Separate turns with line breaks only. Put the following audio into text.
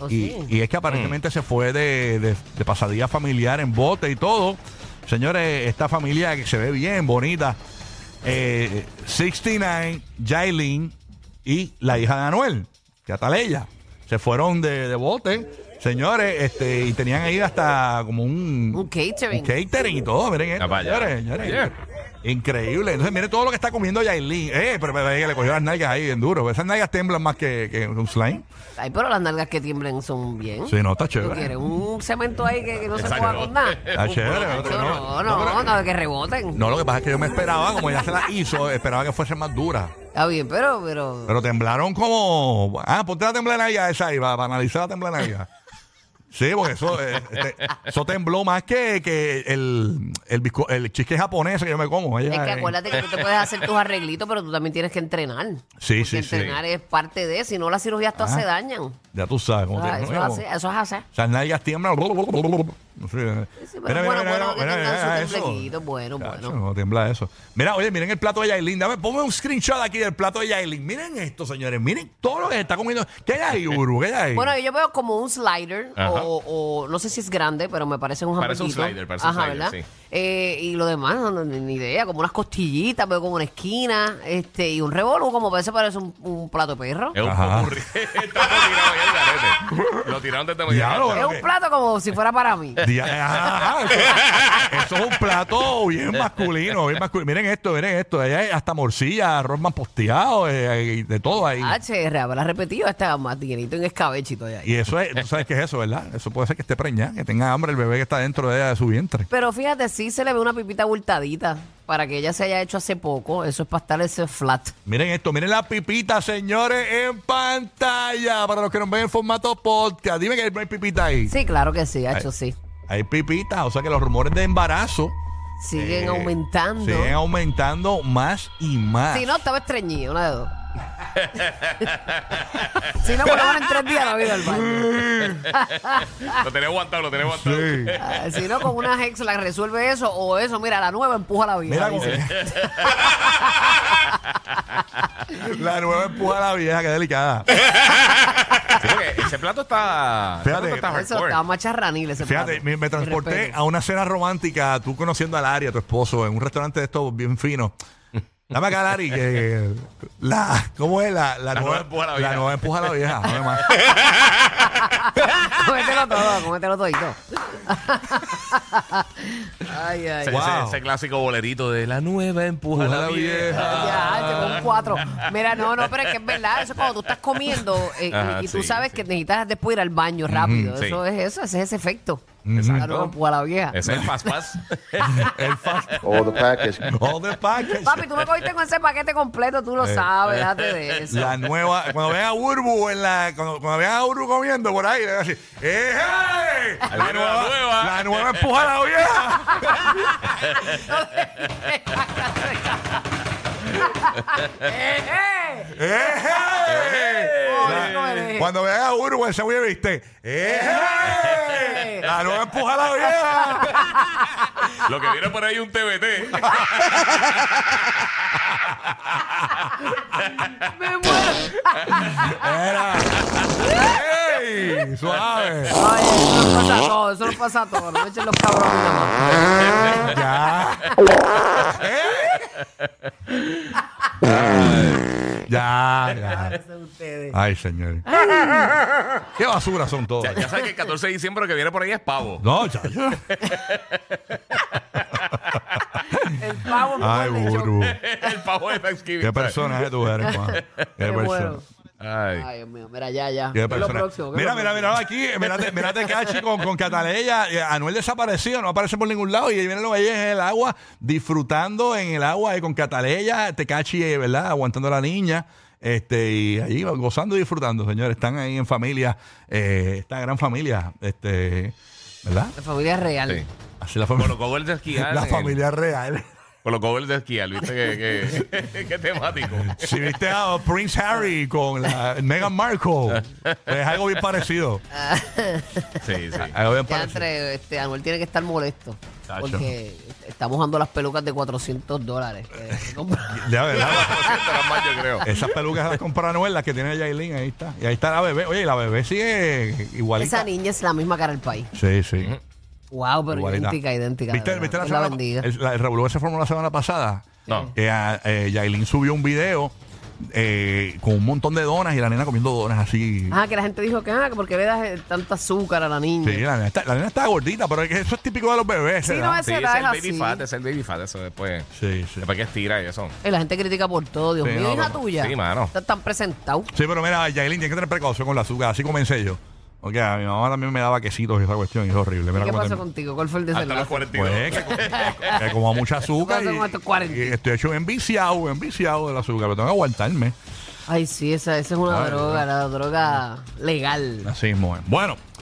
Oh,
Y,
sí.
y es que
Mm.
aparentemente se fue de, de- de pasadía familiar en bote y todo. Señores, esta familia que se ve bien, bonita. Eh, 69, Jailin y la hija de Anuel, que Cataleya. Se fueron de, de bote, señores, este, y tenían ahí hasta como un,
Un catering.
un catering y todo. Miren esto,
Ah, vaya.
señores, señores.
Vaya.
Increíble. Entonces, miren todo lo que está comiendo Yailin. Eh, pero, pero, eh, le cogió las nalgas ahí bien duro. Esas nalgas temblan más que, que un slime.
Ay, pero las nalgas que tiemblen son bien.
Sí, no, está
¿Tú
chévere.
quieres un cemento ahí que, que no se
Exacto.
coja con nada?
Está Ah, chévere.
No,
otro no.
no, no, que reboten.
No, lo que pasa es que yo me esperaba, como ya se la hizo, esperaba que fuese más dura.
Está bien, pero, pero.
Pero temblaron como. Ah, ponte la temblanaya esa ahí, va, para analizar la temblanaya. Sí, porque eso, eh, te- eso tembló más que, que el, el, bizco- el chisque japonés que yo me como. Ella,
Es que
eh,
acuérdate que tú te puedes hacer tus arreglitos, pero tú también tienes que entrenar.
Sí, sí,
Porque
sí.
entrenar es parte de, si no las cirugías todas
Ah.
se dañan.
Ya tú sabes cómo
Ah,
te-
eso, es
¿no?
así, eso es así.
Esas nalgas tiemblan. Sí, mira,
Sí, pero
mira,
bueno,
mira,
bueno, que
mira,
tengan
mira,
su
eso.
temblequito, bueno,
Chacho,
bueno.
no tiembla eso. Mira, oye, miren el plato de Yailin. Dame, ponme un screenshot aquí del plato de Yailin. Miren esto, señores. Miren todo lo que está comiendo. ¿Qué hay ahí, Uru? ¿Qué hay ahí?
Bueno, yo veo como un slider,
Ajá.
o, o no sé si es grande, pero me parece un
Parece un
hamburguito.
slider, parece un
Ajá,
slider,
¿verdad?
sí.
Eh, y lo demás, no, ni ni idea, como unas costillitas, veo como una esquina, este, y un revolú, como parece, parece un, un plato de perro.
Es un
Ajá.
popurrí. Está todo tirado ahí al garete. Lo tiraron desde
Diablo,
mañana.
pero
Es un
que-
plato como si fuera para mí.
Di- Ajá, eso, eso es un plato bien masculino, bien masculino. Miren esto, miren esto. Ahí hay hasta morcilla, arroz más posteado, eh, eh, de todo ahí.
HR, habrá repetido hasta más dinerito en escabechito de ahí.
Y eso es, tú sabes qué es eso, ¿verdad? Eso puede ser que esté preñada, que tenga hambre el bebé que está dentro de, ella, de su vientre.
Pero fíjate, sí se le ve una pipita abultadita para que ella se haya hecho hace poco. Eso es para estar ese flat.
Miren esto, miren la pipita, señores, en pantalla. Para los que nos ven en formato podcast, dime que no hay pipita ahí.
Sí, claro que sí, hecho sí.
Hay pipita, o sea que los rumores de embarazo
Siguen
eh,
aumentando.
siguen aumentando más y más.
Si no, estaba estreñido, una de dos. si no, por lo menos en tres días no ha ido al baño.
Lo tenés aguantado, lo tenés aguantado.
Sí.
Ah, Si no, con una ex la resuelve eso o eso. Mira, la nueva empuja la vida.
Mira
dice.
cómo- La nueva empuja a la vieja, qué delicada.
Sí, porque ese plato está. ese
Fíjate,
plato está
eso
hardcore.
está macharranil ese
Fíjate,
plato.
me, me transporté
Respeto.
a una cena romántica, tú conociendo a Lari, a tu esposo, en un restaurante de estos bien fino. Dame acá, Lari, que la, ¿cómo es? La, la
nueva empuja a la vieja.
La nueva empuja a la vieja. no hay más.
Cómetelo todo, cómetelo todito. ay, ay.
Ese,
Wow.
ese- ese clásico bolerito de la nueva empuja a
Empuja a
la
la
vieja.
Ya, llegó un cuatro. Mira, no, no, pero es que es verdad. Eso es cuando tú estás comiendo eh, y-
Ajá,
y, tú
sí,
sabes
sí.
que necesitas después ir al baño rápido.
sí.
Eso es eso, ese es ese efecto.
Exacto.
Claro, no, pues, a la vieja.
Ese es el fast pass.
El fast
All the package.
all the package.
Papi, tú me cogiste con ese paquete completo, tú lo
Eh.
sabes, déjate de eso.
La nueva, cuando vean a Urbu en la, cuando, cuando vean a Urbu comiendo por ahí, le van a decir, ¡eh! eh!
Ahí viene la nueva.
La nueva empuja a la vieja.
Eh, eh.
¡Eh!
Ay, no me
eh!
dejes.
Cuando veas a Uruguay, ese güey viste. ¡Eh! eh! La nueva empuja a la vieja.
Lo que viene por ahí es un TBT.
Me muero.
Era. ¡Ey! Suave.
Ay, eso nos pasa a todos, eso nos pasa a todos. No me echen los cabrones. nada más.
Ya. Eh. Ya, ya.
Eso ustedes.
Ay, señor. Qué basura son todos.
Ya, ya sabes que el 14 de diciembre lo que viene por ahí es pavo.
No, chacho.
El pavo me
Ay,
muerde, yo-
Urbu.
el pavo de Thanksgiving.
Qué personaje tú eres, Juan. Qué
Me
persona.
muero.
Ay.
Ay, Dios mío, mira, ya, ya.
Qué
¿Qué es lo
persona.
próximo? ¿Qué es
Mira,
lo
mira,
próximo?
mira aquí. Mirate, mirate Cachi con, con Cataleya. Eh, Anuel desaparecido, no aparece por ningún lado. Y ahí vienen los valles en el agua, disfrutando en el agua eh, con Cataleya. Tecachi, eh, ¿verdad? Aguantando a la niña. Este, y allí gozando y disfrutando, señores. Están ahí en familia, eh, esta gran familia, este, ¿verdad?
La familia real.
Sí.
Así la familia.
Colocó el de esquiar.
la
en el-
familia real.
Colocó el de esquiar, ¿viste? que que- que temático.
Si viste a Prince Harry con la Meghan Markle, es algo bien parecido.
Sí, sí.
Algo bien
Ya
parecido.
entre, este, Anuel tiene que estar molesto.
Chacho.
Porque estamos dando las pelucas de 400 dólares. Eh, que compra.
Ya, ¿verdad?
Estarán mal, yo creo.
Esas pelucas las compra Noel, las que tiene Yailin, ahí está. Y ahí está la bebé. Oye, y la bebé sigue igualita.
Esa niña es la misma cara del país.
Sí, sí.
Wow, pero
Igualita.
idéntica, idéntica. de
¿Viste,
verdad.
viste la
Dios la
semana
bendiga.
El, la- el revolú que se formó la semana pasada.
No.
Eh, a- eh, Yailin subió un video eh, con un montón de donas y la nena comiendo donas así.
Ah, que la gente dijo que, ah, que porque le das eh, tanta azúcar a la niña.
Sí, la nena, está, la nena está gordita, pero es que eso es típico de los bebés.
Sí,
¿verdad?
no,
Sí,
ese
es el
era, es
baby
así.
fat, es el baby fat, eso después.
sí, sí.
Después que estira y eso.
Y Eh, la gente critica por todo, Dios
Sí,
mío.
no,
hija
no.
tuya.
Sí, mano.
Estás tan presentado.
Sí, pero mira, Yailin tiene que tener precaución con la azúcar, así comencé yo. Porque a mi mamá también me daba quesitos y esa cuestión, y es horrible. Mira
¿Qué
cómo
pasó
termino.
contigo? ¿Cuál fue el
Hasta
desenlace?
los 42.
Pues que, que como mucha azúcar
¿Qué pasó con estos
y,
40?
y estoy hecho enviciado, enviciado del azúcar, pero tengo que aguantarme.
Ay, sí, esa, esa es una
Ay,
droga, la droga legal.
Así mismo es. Bueno,